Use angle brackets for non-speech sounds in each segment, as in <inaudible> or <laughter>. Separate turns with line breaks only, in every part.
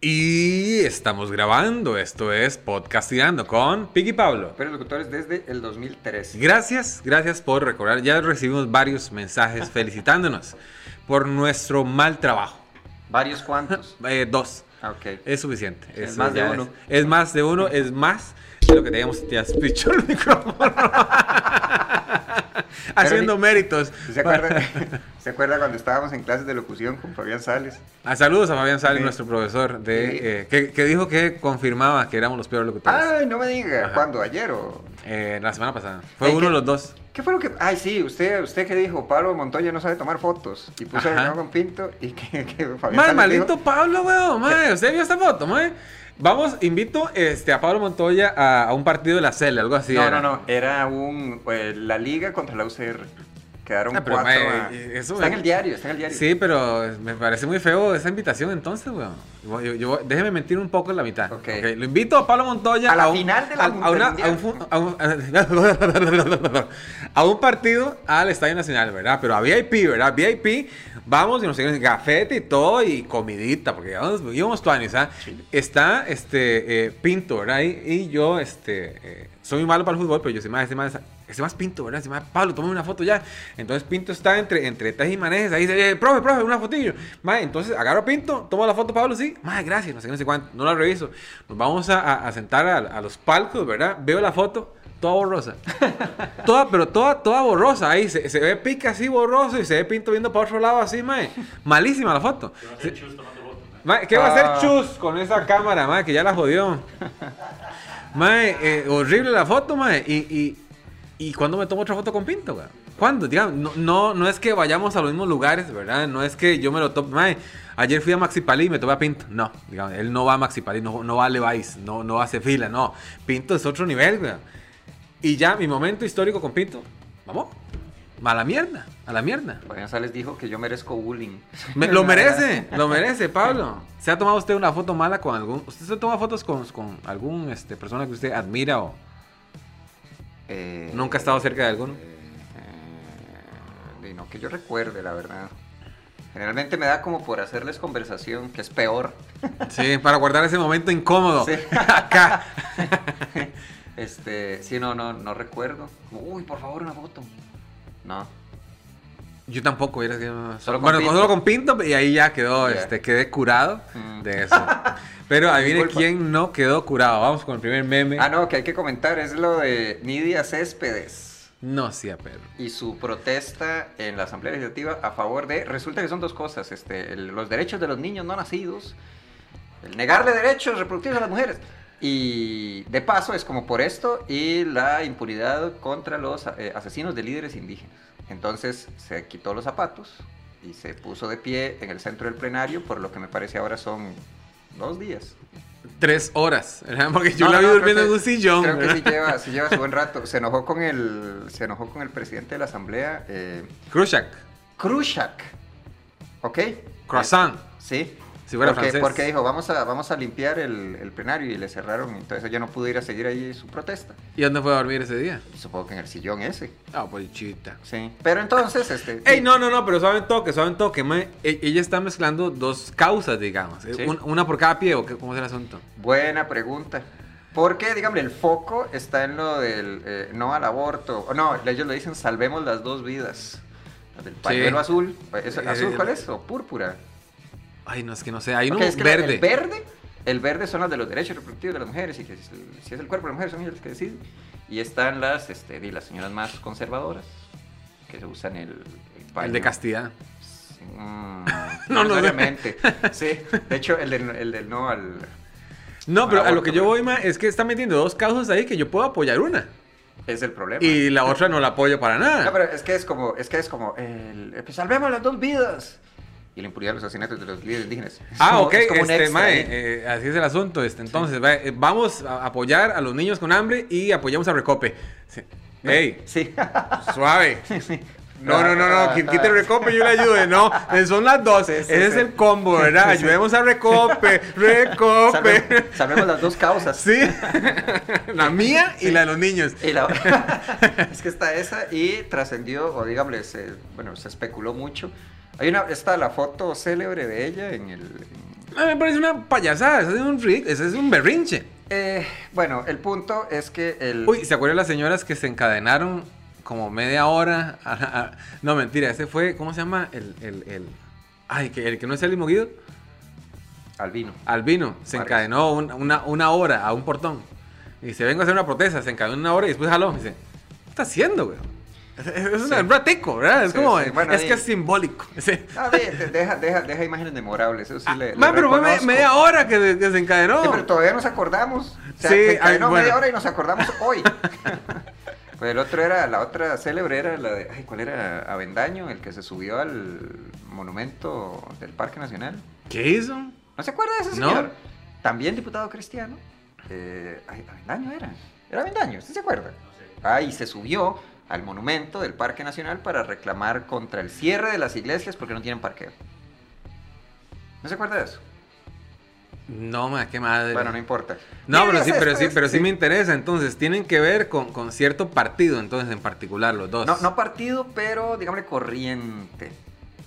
Y estamos grabando, esto es Podcastirando con Piggy Pablo.
Pero locutores desde el 2003.
Gracias, gracias por recordar. Ya recibimos varios mensajes felicitándonos por nuestro mal trabajo.
¿Varios <laughs> cuantos?
Eh, dos,
Ah, ok.
es suficiente.
Es
Eso
más de
ya
uno.
Es, es más de uno, es más de lo que teníamos. Te has pichado el <laughs>
<laughs>
micrófono. Haciendo méritos.
¿Se acuerda, <laughs> ¿Se acuerda cuando estábamos en clases de locución con Fabián Sales?
Ah, saludos <laughs> a Fabián Sales,
Sí.
nuestro profesor, de,
Sí. Ah.
eh, que, que dijo que confirmaba que éramos los peores locutores.
¡Ay, no me diga!
Ajá.
¿Cuándo? ¿Ayer o...?
Eh, la semana pasada. Fue
Ey,
uno de
¿qué-
los dos.
¿Qué fue lo que...? Ay, sí, usted, usted que dijo, Pablo Montoya no sabe tomar fotos. Y puso
Ajá.
el con Pinto y que, que Fabián
Mae,
Sales
malito
dijo,
Pablo, weón. Mae, usted vio esta foto, mae. Vamos, invito este, a Pablo Montoya a, a un partido de la CL, algo así.
no,
era.
no, no. Era un... eh, la Liga contra la UCR. Quedaron
Ah, pero,
cuatro
mae,
a-
eh, eso-
está en el diario, está en el diario.
Sí, pero me parece muy feo esa invitación entonces, weón. Yo- yo- yo- déjeme mentir un poco en la mitad.
Ok.
Ok, Lo invito a Pablo Montoya
A la
un-
final de la
a, a una- a un fu- a un- <laughs> a un partido al Estadio Nacional, ¿verdad? Pero a VIP, ¿verdad? VIP, vamos y nos seguimos gafete y todo y comidita, porque íbamos, íbamos tuanis, ¿ah? Está este eh, Pinto, ¿verdad? Y, y yo, este, eh, soy muy malo para el fútbol, pero yo soy más, ese más, ese más Pinto, ¿verdad? Ese más, Pablo, toma una foto ya. Entonces Pinto está entre, entre tejas y manejes, ahí dice, eh, profe, profe, una fotillo. Mae, entonces agarro a Pinto, tomo la foto, Pablo, sí, mae, gracias, no sé, qué, no sé cuánto, no la reviso. Nos vamos a, a- a sentar a, a los palcos, ¿verdad? Veo la foto, toda borrosa. toda, pero toda, toda borrosa ahí. Se, se ve pica así borroso y se ve pinto viendo para otro lado así, mae. Malísima la foto. Se- Mae, ¿Qué va a
Ah.
hacer Chus con esa cámara, mae? Que ya la jodió. Mae, eh, horrible la foto, mae. Y, y, y cuándo me tomo otra foto con Pinto, güey? ¿Cuándo? Digamos, no, no, no es que vayamos a los mismos lugares, ¿verdad? No es que yo me lo tome. Mae, ayer fui a Maxipalí y me tomé a Pinto. No, digamos, él no va a Maxipalí, no, no va a Levi's, no, no hace fila, no. Pinto es otro nivel, güey. Y ya, mi momento histórico con Pinto. Vamos. A la mierda, a la mierda.
Fabián Sales dijo que yo merezco bullying.
Me-
<laughs>
lo merece, lo merece, Pablo. ¿Se ha tomado usted una foto mala con algún... ¿Usted se toma fotos con, con algún este, persona que usted admira o
Eh,
nunca ha estado cerca de alguno?
Eh, y no que yo recuerde, la verdad. Generalmente me da como por hacerles conversación, que es peor.
Sí, para guardar ese momento incómodo.
Sí.
<laughs> Acá.
Este, sí, no, no, no recuerdo. Como, Uy, por favor, una foto. No.
Yo tampoco, vieras que no-
Solo con
bueno, con-
Pinto.
solo con Pinto y ahí ya quedó,
Ya.
este, quedé curado
Mm.
de
<laughs>
eso. Pero ahí viene
Disculpa.
quien no quedó curado. Vamos con el primer meme.
Ah, no, que hay que comentar, es lo de Nidia Céspedes
No, sí, pero...
y su protesta en la Asamblea Legislativa a favor de, resulta que son dos cosas, este, el- los derechos de los niños no nacidos, el negarle derechos reproductivos a las mujeres. Y de paso es como por esto y la impunidad contra los eh, asesinos de líderes indígenas. Entonces se quitó los zapatos y se puso de pie en el centro del plenario por lo que me parece ahora son dos días.
Tres horas, ¿verdad? Porque yo
No,
la vi
no, creo
durmiendo
que-
en un sillón.
Creo que
<laughs> ¿verdad?
sí lleva, sí lleva su buen rato. Se enojó con el, se enojó con el presidente de la asamblea, eh,
Khrushchev,
Khrushchev. ¿Ok?
croissant.
Sí.
Si fuera
porque,
francés.
porque dijo, vamos a, vamos a limpiar el, el plenario y le cerraron. Entonces ella no pudo ir a seguir ahí su protesta.
¿Y dónde fue a dormir ese día?
Supongo que en el sillón ese.
Ah, pues chita.
Sí. Pero entonces, este.
Ey,
sí,
no, no, no, pero saben toque, saben toque. mae. E- ella está mezclando dos causas, digamos. Eh,
Sí.
un- una por cada pie, ¿o qué, ¿cómo es el asunto?
Buena pregunta. Porque, digamos, el foco está en lo del eh, no al aborto. O No, ellos le dicen salvemos las dos vidas. La Del pañuelo azul. ¿Es
Eh,
¿Azul cuál
eh,
es? ¿O púrpura?
Ay, no, es que no sé. Hay uno
Porque es que la-
verde.
El verde, el verde son las de los derechos reproductivos de las mujeres y que si si es el cuerpo de las mujeres son ellas las que deciden. Y están las, este, di, las señoras más conservadoras que usan el, el
el
paño.
de castidad. <laughs>
Mm,
No, no, no.
no,
<laughs>
necesariamente. Sí, de hecho, el del, el del no al...
No, pero
Para
a lo que yo voy,
aborto,
ma, es que Ah, está metiendo dos causas ahí que yo puedo apoyar una.
es el problema.
Y la otra no la apoyo para
No,
nada.
pero es que es como, es que es como, el, eh, pues, salvemos las dos vidas. Y la impunidad de los asesinatos de los líderes indígenas. Es
Ah,
como-
ok,
es como un
este,
extra
mae,
ahí.
eh, así es el asunto. Este, entonces, va, eh, vamos a apoyar a los niños con hambre y apoyamos a Recope. Sí. Ey,
Sí. <laughs>
suave.
sí.
No, no, no, no,
Ah,
quien
ah.
quite Recope yo le ayude, no, eh, son las 12,
Sí, sí,
ese es
sí.
el combo, ¿verdad? Ayudemos a <laughs> Recope, Recope,
Salve- salvemos las dos causas.
sí, <laughs> la mía y la de los niños.
Y la- <laughs> es que está esa y trascendió, o dígame, se, bueno, se especuló mucho. Hay una, está la foto célebre de ella en el... en-
A mí me parece una payasada, eso es un, ri- eso es un berrinche.
Eh, bueno, el punto es que el...
Uy, ¿se acuerdan las señoras que se encadenaron como media hora? <laughs> a la- a- No, mentira, ese fue, ¿cómo se llama? El, el, el... Ay, que, el que no es el Guido,
Albino.
Albino, se
Vargas.
encadenó un- una, una hora a un portón. Y se vengo a hacer una protesta, se encadenó una hora y después jaló. Y dice, ¿qué está haciendo, güey? Es, es
Sí.
un ratico, ¿verdad? Es
Sí,
como,
sí, bueno,
es
ahí-
que es simbólico. <laughs> Sí.
Ah, de- de- deja, deja, deja imágenes memorables, eso sí le, le
Man, Ah, pero fue me-
reconozco.
media hora que, se- que se encadenó.
Sí, pero todavía nos acordamos. O sea,
Sí,
se
ay,
encadenó
bueno.
media hora y nos acordamos
<laughs>
hoy. pues el otro era, la otra célebre era la de, ay, ¿cuál era? Avendaño, el que se subió al monumento del Parque Nacional.
¿Qué hizo?
¿No se acuerda de ese
No.
señor? También diputado cristiano. Eh, ay, Avendaño era. Era Avendaño, ¿usted se acuerda? Ah, y se subió al monumento del Parque Nacional para reclamar contra el cierre de las iglesias porque no tienen parqueo. ¿No se acuerda de eso?
No, ma, qué madre.
Bueno, no importa.
Eh. No,
Mira,
pero sí,
es-
pero sí,
es-
pero sí me interesa. Entonces, tienen que ver con, con cierto partido, entonces, en particular, los dos.
No, no partido, pero digámosle corriente.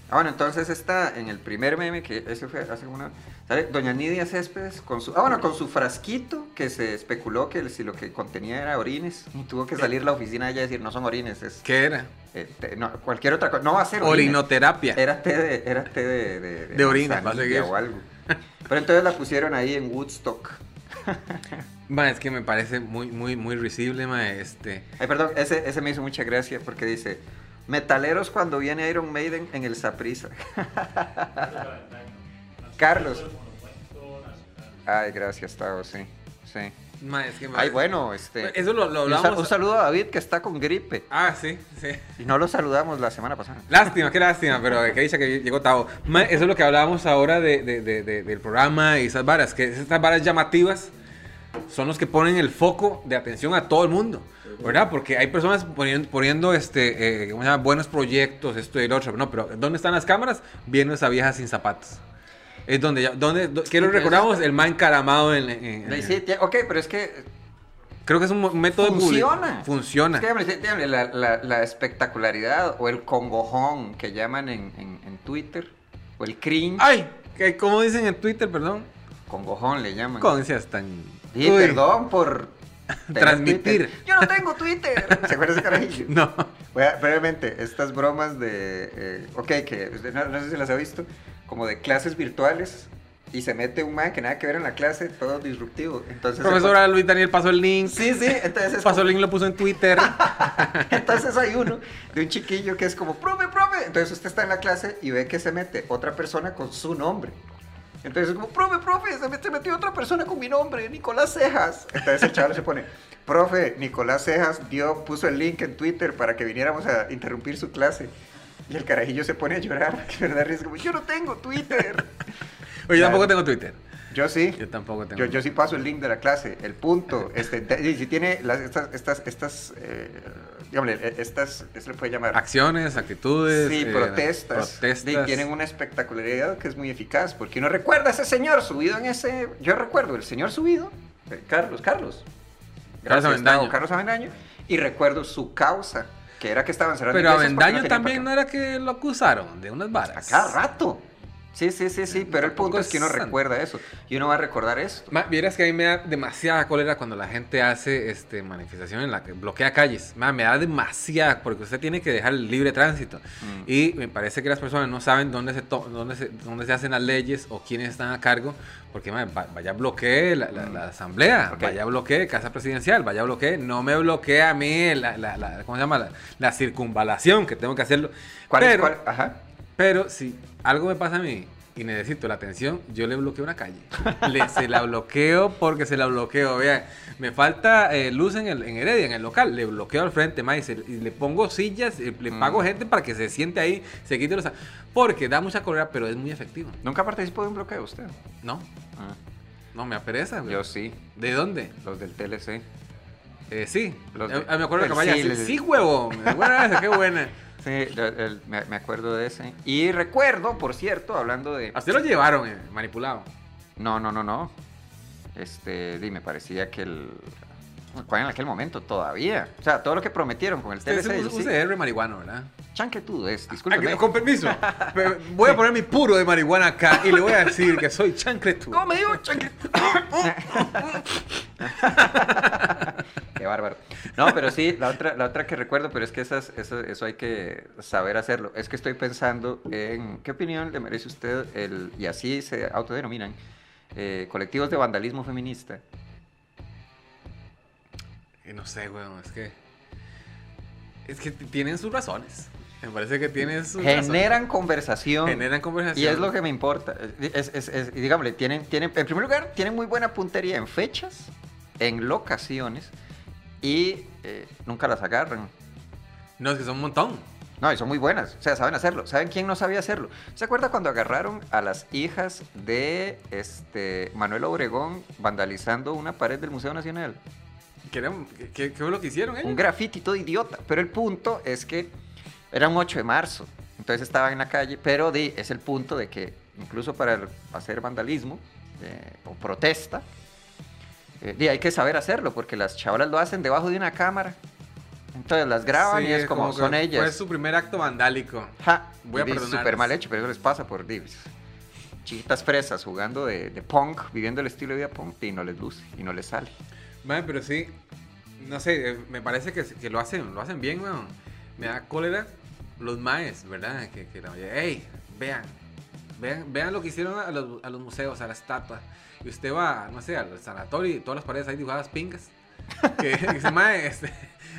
Ah, bueno, entonces está en el primer meme que ese fue hace como una. ¿Sale? Doña Nidia Céspedes con su. Ah, bueno, con su frasquito que se especuló que si lo que contenía era orines. Y tuvo que salir la oficina de ella a decir, no son orines, es.
¿Qué era?
eh, te- no, cualquier otra cosa. No va a ser orines.
Orinoterapia.
Era té de. Era té de. De,
De orines, va a
manzanilla
seguir.
o algo. Pero entonces la pusieron ahí en Woodstock.
Ma, es que me parece muy, muy, muy risible, ma, este.
Ay, perdón, ese, ese me hizo mucha gracia porque dice: Metaleros cuando viene Iron Maiden en el Saprisa. <laughs> Carlos. Ay, gracias, Tavo, sí. sí.
Ma, es que me
Ay,
parece-
bueno, este.
Eso lo, lo
y un, sal-
hablamos.
un saludo a David que está con gripe.
Ah, sí, sí.
Y no lo saludamos la semana pasada.
Lástima, qué lástima, pero qué dicha que llegó Tavo. Ma, eso es lo que hablábamos ahora de- de- de- de- del programa y esas varas, que esas varas llamativas son los que ponen el foco de atención a todo el mundo, ¿verdad? Porque hay personas poniendo, poniendo este, eh, ¿cómo se llama? buenos proyectos, esto y el otro, no, pero ¿dónde están las cámaras? Viendo esa vieja sin zapatos. Es donde, ya- donde do- que lo
Sí, pero
recordamos, el man encaramado en... en- en-
Le dice, "Tie- ok, pero es que
Creo que es un mo- método de public-
funciona.
Funciona.
Es que, hombre, sí, dígame, la, la- la espectacularidad o el congojón que llaman en, en- en Twitter o el cringe.
¡Ay! Que, como dicen en Twitter, perdón,
Congojón le llaman.
conciencias tan...
Sí,
Uy. <laughs>
perdón por tener
Transmitir.
Twitter. Yo no tengo Twitter.
<laughs>
¿Se acuerda ese carajillo? <laughs>
No.
Voy a- brevemente, estas bromas de. eh, ok, que usted no, no sé si las ha visto, como de clases virtuales y se mete un man que nada que ver en la clase, todo disruptivo. Entonces.
Profesora Luis Daniel pasó el link.
Sí, sí, entonces es
Pasó el link, lo puso en
<laughs>
Twitter.
Entonces hay uno de un chiquillo que es como, profe, profe. Entonces usted está en la clase y ve que se mete otra persona con su nombre. Entonces es como, profe, profe, se met- se metió otra persona con mi nombre, Nicolás Cejas. Entonces el chaval se pone, profe, Nicolás Cejas dio, puso el link en Twitter para que viniéramos a interrumpir su clase. Y el carajillo se pone a llorar, <laughs> que verdad, es como, yo no tengo Twitter.
Oye, yo tampoco tengo
Claro.
Twitter.
Yo sí.
Yo tampoco tengo.
Yo, yo sí paso el link de la clase, el punto. Este, de- y si tiene las, estas, estas, estas, eh, digámosle, eh, estas, ¿qué se le puede llamar?
Acciones, actitudes.
Sí,
eh,
protestas.
protestas.
Y tienen una espectacularidad que es muy eficaz, porque uno recuerda a ese señor subido en ese, yo recuerdo el señor subido, eh, Carlos, Carlos.
Carlos Avendaño.
Gustavo, Carlos Avendaño. Y recuerdo su causa, que era que estaban cerrando
Pero
iglesias porque
Avendaño
tenían
también no
parqueo.
era que lo acusaron de unas varas.
A cada rato. Sí, sí, sí, sí, pero el punto
Tampoco
es que uno
es tan-
recuerda eso, y uno va a recordar esto.
Ma, vieras que a mí me da demasiada cólera cuando la gente hace este, manifestación en la que bloquea calles. Ma, me da demasiada, porque usted tiene que dejar libre tránsito.
Mm.
Y me parece que las personas no saben dónde se, to- dónde se, dónde se hacen las leyes o quiénes están a cargo, porque ma, va- vaya bloquee la, la- la asamblea,
Mm. Ok.
vaya bloquee casa presidencial, vaya bloquee, no me bloquee a mí la, la- la- ¿cómo se llama? La, la circunvalación, que tengo que hacerlo.
¿Cuál es-
pero,
cuál- Ajá.
pero si algo me pasa a mí y necesito la atención, yo le bloqueo una calle. Le, se la bloqueo porque se la bloqueo. Vean, me falta eh, luz en, el, en Heredia, en el local. Le bloqueo al frente, ma, y, se- y le pongo sillas, eh, le
Mm.
pago gente para que se siente ahí, se quite los... Porque da mucha cólera, pero es muy efectivo.
¿Nunca participó de un bloqueo usted? Ah,
No, no, me apereza. güey.
Yo sí,
¿De dónde?
los del TLC.
Eh, sí.
Los
Ah,
de-
ah, me acuerdo
el
que vaya.
sí,
Sí,
el-
sí, huevo. Buena esa, qué buena.
Sí, lo- el- me, me acuerdo de ese. Y recuerdo, por cierto, hablando de...
A usted lo llevaron, eh, manipulado.
No, no, no, no. Este, di, me parecía que el... ¿Cuál en aquel momento? Todavía. O sea, todo lo que prometieron con el
Usted es
TLC.
un
sí.
UCR marihuano, ¿verdad?
Chanquetudo es,
pues, Ah, que-
discúlpeme.
con permiso.
<laughs>
Pero Voy a poner mi puro de marihuana acá y le voy a decir que soy chancletudo.
me digo chancletudo? Qué bárbaro. No, pero sí, la otra, la otra que recuerdo, pero es que esas, eso, eso hay que saber hacerlo. Es que estoy pensando en qué opinión le merece usted el, y así se autodenominan, eh, colectivos de vandalismo feminista.
Y no sé, weón, es que. Es que t- tienen sus razones. Me parece que tienen sus razones.
Generan conversación.
Generan conversación.
Y es lo que me importa. Es, es- es- y digámosle, tienen, tienen, en primer lugar, tienen muy buena puntería en fechas, en locaciones y eh, nunca las agarran.
No, es que son un montón.
No, y son muy buenas. O sea, saben hacerlo. ¿Saben quién no sabía hacerlo? ¿Se acuerda cuando agarraron a las hijas de este Manuel Obregón vandalizando una pared del Museo Nacional?
¿Qué, eran- qué- qué- qué fue lo que hicieron ellos?
Un graffiti todo idiota. Pero el punto es que era un 8 de marzo. Entonces estaban en la calle. Pero de- es el punto de que incluso para el- hacer vandalismo eh, o protesta, eh, de, hay que saber hacerlo. Porque las chavalas lo hacen debajo de una cámara. Entonces las graban
Sí,
y es como,
que
son ellas.
Fue su primer acto vandálico.
Ja,
Voy a
y dice,
perdonarles.
Súper mal hecho, pero eso les pasa por divis. Chiquitas fresas jugando de, de punk, viviendo el estilo de vida punk, y no les luce, y no les sale.
Mae, pero sí, no sé, eh, me parece que, que lo hacen, lo hacen bien, weón. Me da cólera los maes, ¿verdad? Que, que la hey, vean, vean, vean lo que hicieron a los, a los museos, a la estatua. Y usted va, no sé, al sanatorio y todas las paredes ahí dibujadas pingas. Que <laughs> que dice, mae, este,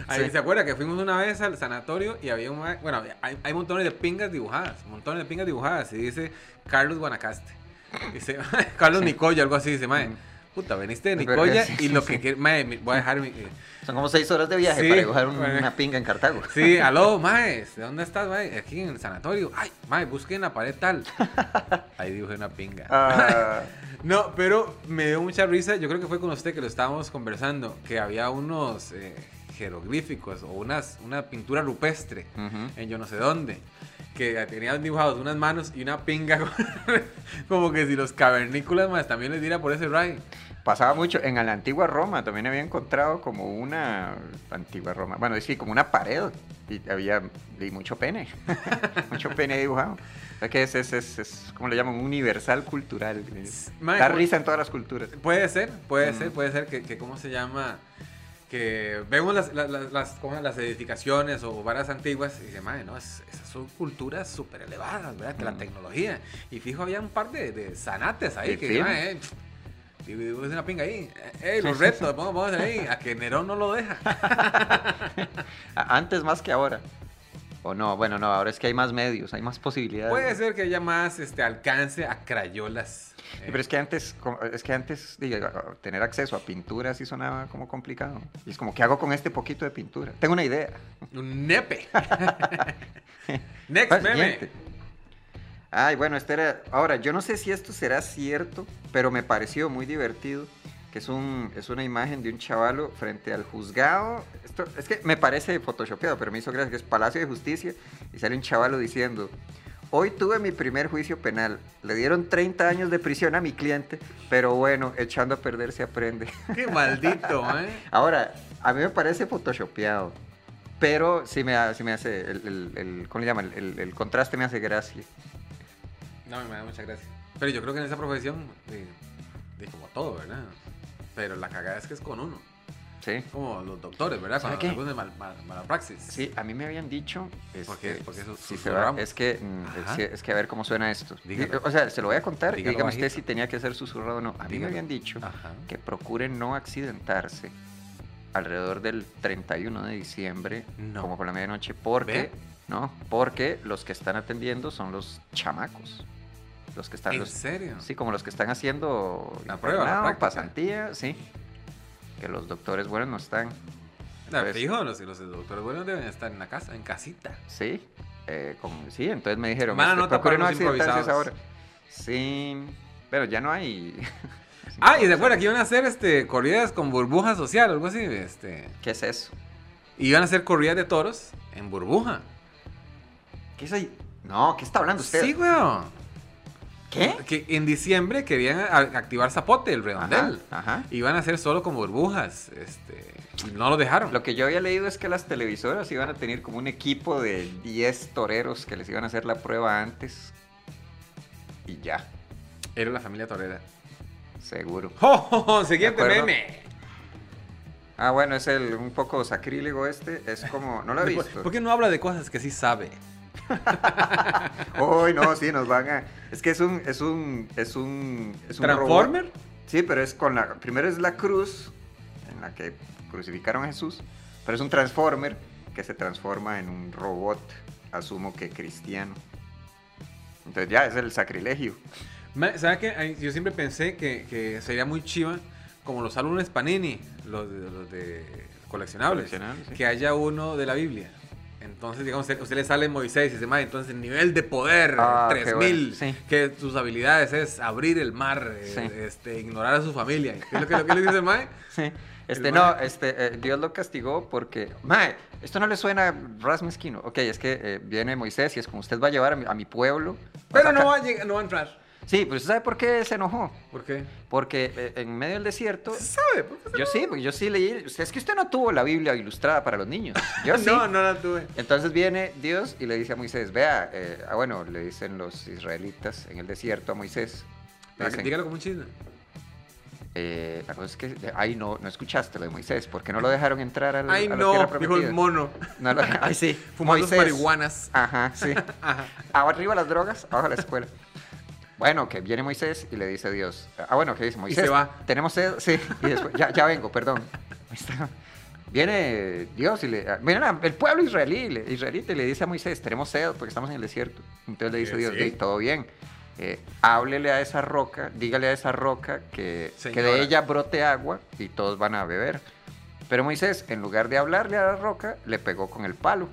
ahí
Sí.
se acuerda que fuimos una vez al sanatorio y había un mae, bueno, hay, hay montones de pingas dibujadas, montones de pingas dibujadas. Y dice Carlos Guanacaste. Dice, <laughs> Carlos Nicoya, algo así, dice, mae.
Ujú.
Puta, veniste de
Es verdad,
Nicoya
sí,
y
sí,
lo
sí.
que quiere- Mae, mi- voy a dejar mi. eh,
Son como seis horas de viaje
Sí,
para dibujar un-
bueno.
una pinga en Cartago.
Sí, aló, Mae, ¿de dónde estás, Mae? Aquí en el sanatorio. Ay, Mae, busqué en la pared
<laughs>
tal. Ahí dibujé una pinga. <laughs>
Ah,
No, pero me dio mucha risa. Yo creo que fue con usted que lo estábamos conversando, que había unos eh, jeroglíficos o unas, una pintura rupestre
ujú.
en yo no sé dónde. Que tenían dibujados unas manos y una pinga. <laughs> con- Como que si los cavernícolas, Mae, también les diera por ese ride.
Pasaba mucho. En la antigua Roma también había encontrado como una. Antigua Roma. Bueno, sí, como una pared. Y había y mucho pene. <laughs> mucho pene dibujado. O sea que es, es, es, es, ¿cómo le llaman? Universal cultural.
Mae,
da
como-
risa en todas las culturas.
Puede ser, puede
Mm.
ser, puede ser que, que ¿cómo se llama? Que vemos las, las, las, las- ¿cómo se llama? las edificaciones o varas antiguas y dice, madre, no, es- esas son culturas súper elevadas, ¿verdad? Que la
Mm.
tecnología. Y fijo, había un par de, de zanates ahí
Sí,
que,
sí.
"Mae, eh, digo, digo, es una pinga ahí. Eh, los retos, vamos, vamos ahí. A que Nerón no lo
<laughs>
deja.
A- Antes más que ahora. O no, bueno, no, ahora es que hay más medios, hay más posibilidades.
Puede ser que haya más este, alcance a crayolas. eh,
Pero es que antes, como- es que antes diga, a- a tener acceso a pintura sí sonaba como complicado. Y es como, ¿qué hago con este poquito de pintura? Tengo una idea.
Un
<laughs>
nepe. Next
Ah,
meme.
siguiente. Ay, bueno, este era. Ahora, yo no sé si esto será cierto, pero me pareció muy divertido. Que es, un, es una imagen de un chavalo frente al juzgado. Esto, es que me parece photoshopeado, pero me hizo gracia que es Palacio de Justicia. Y sale un chavalo diciendo: Hoy tuve mi primer juicio penal. Le dieron 30 años de prisión a mi cliente, pero bueno, echando a perder se aprende. <laughs>
Qué maldito, ¿eh?
Ahora, a mí me parece photoshopeado, pero sí me, ha- sí me hace, el, el- el- ¿cómo le llaman? El, el contraste me hace gracia.
No, me da muchas gracias. Pero yo creo que en esa profesión, de, de como todo, ¿verdad? Pero la cagada es que es con uno.
Sí.
Como los doctores, ¿verdad?
¿Sabe
Cuando
qué?
se acusan de mal, mal- mala praxis.
Sí, a mí me habían dicho...
¿Por
este,
qué? Porque eso-
si
eso
se
lo
va-
ramo.
es que, mm, es
Ajá.
que- es que a ver cómo suena esto.
Dígalo.
O sea, se lo voy a contar y
Dígalo
dígame usted
bajito.
si tenía que ser susurrado o no. A mí me
Dígalo.
habían dicho
Ajá.
que procuren no accidentarse alrededor del 31 de diciembre,
No.
como por la medianoche, porque
¿Ve?
no, porque los que están atendiendo son los chamacos, los que están
¿En
los,
serio?
sí, como los que están haciendo
La prueba, la
internado,
práctica.
pasantía, sí, que los doctores buenos no están,
La
pues-
fijo, los, los doctores buenos deben estar en la casa, en casita.
sí, eh, con- sí, entonces me dijeron, "Este,
Mala nota
procuren no
para los
accidentarse a esa
improvisados.
hora, sí, pero ya no hay, <laughs>
Ah,
pues,
y se acuerdan que iban a hacer este, corridas con burbuja social, algo así. Este,
¿qué es eso?
iban a hacer corridas de toros en burbuja.
¿Qué es ahí? No, ¿qué está hablando usted?
Sí, weón.
¿Qué?
Que en diciembre querían a- activar Zapote, el redondel.
Ajá, ajá.
Iban a hacer solo con burbujas. Este, y no lo dejaron.
Lo que yo había leído es que las televisoras iban a tener como un equipo de 10 toreros que les iban a hacer la prueba antes. Y ya,
Era la familia Torera.
seguro.
<laughs> ¡Oh, oh, oh! Siguiente
De acuerdo.
meme.
Ah, bueno, es el un poco sacrílego este. Es como, no lo he visto.
¿Por qué no habla <laughs> de cosas que sí sabe?
Hoy no, sí, nos van a. Es que es un, es un, es un, es un
¿Transformer?
robot. Sí, pero es con la. Primero es la cruz en la que crucificaron a Jesús, pero es un transformer que se transforma en un robot, asumo que cristiano. Entonces ya es el sacrilegio. <laughs>
Ma- ¿Sabes qué? Ay, Yo siempre pensé que, que sería muy chiva como los álbumes Panini, los de, los de coleccionables,
Coleccionables, sí.
que haya uno de la Biblia. Entonces, digamos, usted, usted le sale Moisés y dice, "Ma, entonces el nivel de poder,
Ah, qué
3000,
bueno, sí.
que tus habilidades es abrir el mar, eh,
Sí.
este, ignorar a su familia. ¿Qué es lo que, lo que le dice el Mae?
Este,
El
no,
mae.
este, eh, Dios lo castigó porque... Mae, esto no le suena a ras mezquino. Ok, es que eh, viene Moisés y es como usted va a llevar a mi, a mi pueblo.
Pero
vas a
no
ca-
va, a llegar- no va a entrar.
Sí, pero ¿usted sabe por qué se enojó?
¿Por qué?
Porque eh, en medio del desierto...
¿Se sabe? ¿Por qué se-
Yo sí, porque yo sí leí... usted- Es que usted no tuvo la Biblia ilustrada para los niños. Yo
<laughs>
sí.
No, no la tuve.
Entonces viene Dios y le dice a Moisés, vea, eh, ah, bueno, le dicen los israelitas en el desierto a Moisés. Le dicen,
Dígalo como un chisme.
eh, la cosa es que, ay, no, no escuchaste lo de Moisés, ¿por qué no lo dejaron entrar al,
Ay,
a la tierra
no, dijo
prometida?
el mono. <laughs>
No lo- ay, <laughs> sí.
Fumando
Moisés.
marihuanas.
Ajá,
<laughs>
sí. Arriba las drogas, abajo la escuela. Bueno, que viene Moisés y le dice a Dios. Ah, bueno, que dice Moisés.
se va.
Tenemos sed, sí. Y después, ya, ya vengo, perdón. Ahí está. Viene Dios y le. ah, Mira, el pueblo israelí, le- israelita y le dice a Moisés: Tenemos sed porque estamos en el desierto. Entonces le dice
Eh,
Dios:
sí.
"Dey, Todo bien. Eh, háblele a esa roca, dígale a esa roca que, que
Señora.
de ella brote agua y todos van a beber. Pero Moisés, en lugar de hablarle a la roca, le pegó con el palo.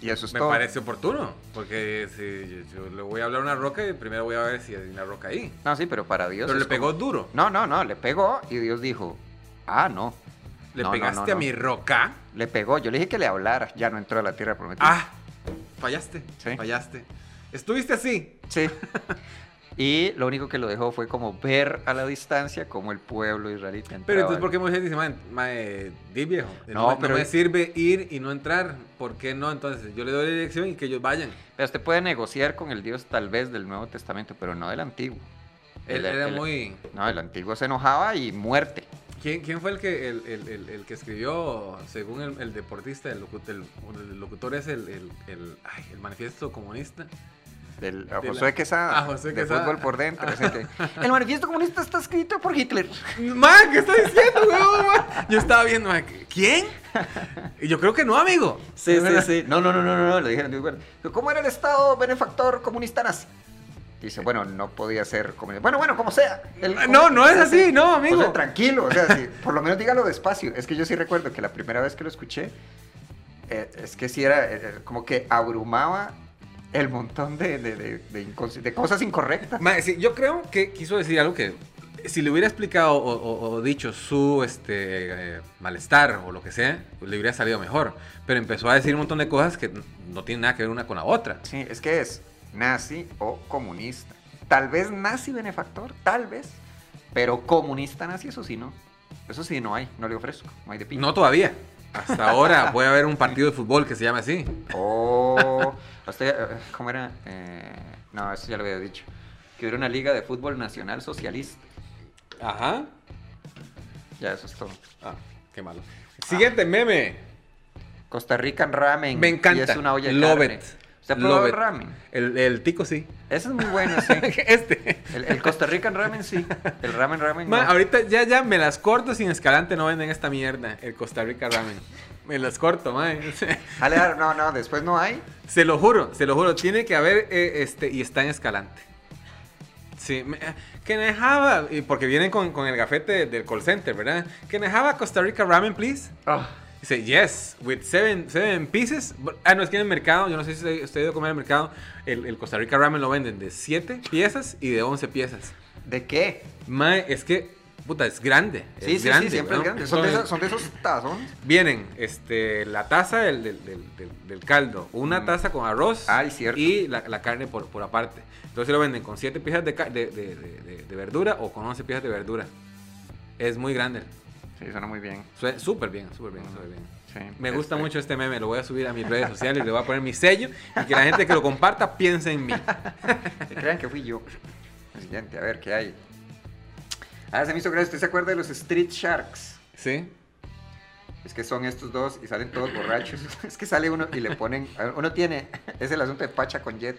Y eso es
Me
todo.
parece oportuno, porque si yo, yo le voy a hablar a una roca y primero voy a ver si hay una roca ahí.
No, sí, pero para Dios.
Pero
es
le pegó duro.
como- No, no, no, le pegó y Dios dijo, ah, no.
Le
No, no,
pegaste
no, no.
a mi roca.
Le pegó, yo le dije que le hablara, ya no entró a la tierra prometida.
Ah, fallaste.
Sí.
Fallaste. Estuviste así.
Sí. <laughs> Y lo único que lo dejó fue como ver a la distancia como el pueblo israelita entraba.
Pero entonces, ¿por qué Moisés dice, man, mae, di viejo? No,
No,
me- no
pero-
me sirve ir y no entrar. ¿Por qué no? Entonces, yo le doy la dirección y que ellos vayan.
Pero usted puede negociar con el Dios tal vez del Nuevo Testamento, pero no del Antiguo.
Él
El-
era
el-
muy.
No, el Antiguo se enojaba y muerte.
¿Quién, quién fue el que, el, el- el- el que escribió, según el, el deportista, el, locu- el- el locutor es el, el- el- ay, el manifiesto comunista?
Del, a
De la-
Josué Quesada.
a Josué
de
Quesada.
fútbol por dentro.
<laughs>
ese que- el manifiesto comunista está escrito por Hitler.
Man, ¿qué está diciendo, huevón, man? Yo estaba viendo, man, ¿quién? Y yo creo que no, amigo.
Sí, sí, sí. No, no, no, no, no, no, le dijeron. digo, bueno, ¿Cómo era el Estado benefactor comunista nazi? Dice, bueno, no podía ser comunista. Bueno, bueno, como sea. el-
Ah, no, no es así, no, amigo.
O sea, tranquilo, o sea,
<laughs>
sí, por lo menos dígalo despacio. Es que yo sí recuerdo que la primera vez que lo escuché, eh, es que sí era eh, eh, como que abrumaba el montón de, de- de- de incons- de cosas incorrectas.
Ma, sí, yo creo que quiso decir algo que si le hubiera explicado o, o- o dicho su este eh, malestar o lo que sea, le hubiera salido mejor. Pero empezó a decir un montón de cosas que n- no tienen nada que ver una con la otra.
Sí, es que es nazi o comunista. Tal vez nazi benefactor, tal vez. Pero comunista nazi, eso sí no. Eso sí no hay, no le ofrezco, no hay de pino.
No todavía. Hasta ahora puede haber un partido de fútbol que se llame así.
Oh, usted, eh, ¿cómo era? Eh, no, eso ya lo había dicho. Que hubiera una liga de fútbol nacional socialista.
Ajá.
Ya, eso es todo.
Ah, qué malo. Siguiente meme.
Costa Rican ramen.
Me encanta.
Y es una olla de
Love
carne.
it.
¿Usted ha
Love
probado
it.
el ramen?
El, el tico sí.
Eso es muy bueno, sí.
Este.
El, el Costa Rican ramen, sí. El ramen, ramen.
Ma,
no.
ahorita ya, ya me las corto sin Escalante no venden esta mierda, el Costa Rica Ramen. Me las corto, man.
Ale, ah, no, no, después no hay.
<laughs> Se lo juro, se lo juro. Tiene que haber, eh, este, y está en Escalante. Sí, me- eh, que nejaba, y porque vienen con, con el gafete del call center, ¿verdad? Que nejaba Costa Rica Ramen, please.
Ah.
Dice, yes, with seven, seven pieces. But- Ah, no, es que en el mercado, yo no sé si usted- usted ha ido a comer al mercado, el, el Costa Rica Ramen lo venden de 7 piezas y de 11 piezas.
¿De qué?
Mae, es que Puta, es grande. Es
Sí, sí,
grande,
sí, siempre es
weón.
grande. Son de,
Entonces,
esos, son de esos tazones.
Vienen este, la taza del, del- del- del- del caldo, una
Mm.
taza con arroz
Ay, cierto.
y la, la carne por, por aparte. Entonces lo venden con 7 piezas de, ca- de, de- de- de- de verdura o con 11 piezas de verdura. Es muy grande.
Sí, suena muy bien.
Sue- Súper bien, súper
Mm.
bien, súper bien.
Sí,
Me gusta
este,
mucho este meme, lo voy a subir a mis redes sociales, le voy a poner mi sello y que la gente que lo comparta piense en mí.
Que crean que fui yo. El siguiente, a ver qué hay. Ah, se me hizo gracia. ¿Usted se acuerda de los Street Sharks?
¿Sí?
Es que son estos dos y salen todos borrachos. <laughs> Es que sale uno y le ponen. Uno tiene. Es el asunto de Pacha con Jet.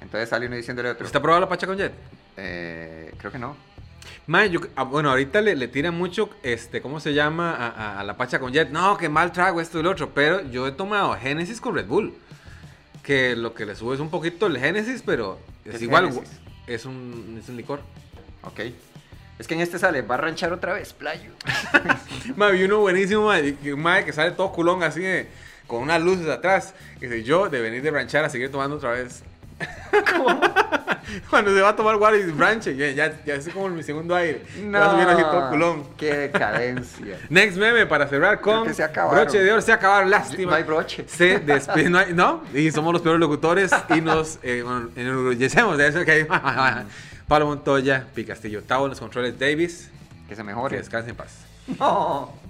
Entonces sale uno diciéndole a otro.
¿Usted ha probado la pacha con jet?
eh, creo que no.
Mae, yo- ah, bueno, ahorita le, le tiran mucho, este, ¿cómo se llama? A, a- a la pacha con Jet. No, que mal trago esto y lo otro. Pero yo he tomado Genesis con Red Bull. Que lo que le sube es un poquito el Genesis, pero es,
¿Qué es
igual.
Génesis?
Es un, es un licor.
Ok. Es que en este sale. Va a ranchar otra vez, playo. <laughs>
Mae, vi uno buenísimo, mae, que- mae, que sale todo culón así de- con unas luces atrás. Que dice, yo de venir de ranchar a seguir tomando otra vez. <laughs> Cuando se va a tomar water y branche, ya, ya, ya es como mi segundo aire. No. Va subiendo así todo culón.
Qué decadencia. <laughs>
Next meme para cerrar
Creo
con
que se acabaron.
broche de oro. Se acabaron, lástima.
No hay broche.
Se despide, no, hay- ¿no? Y somos los peores locutores y nos eh, bueno, enorgullecemos de eso que hay. <laughs> Pablo Montoya, Picastillo, Tavo en los controles, Davis.
Que se
Que
mejore.
descanse en paz.
No.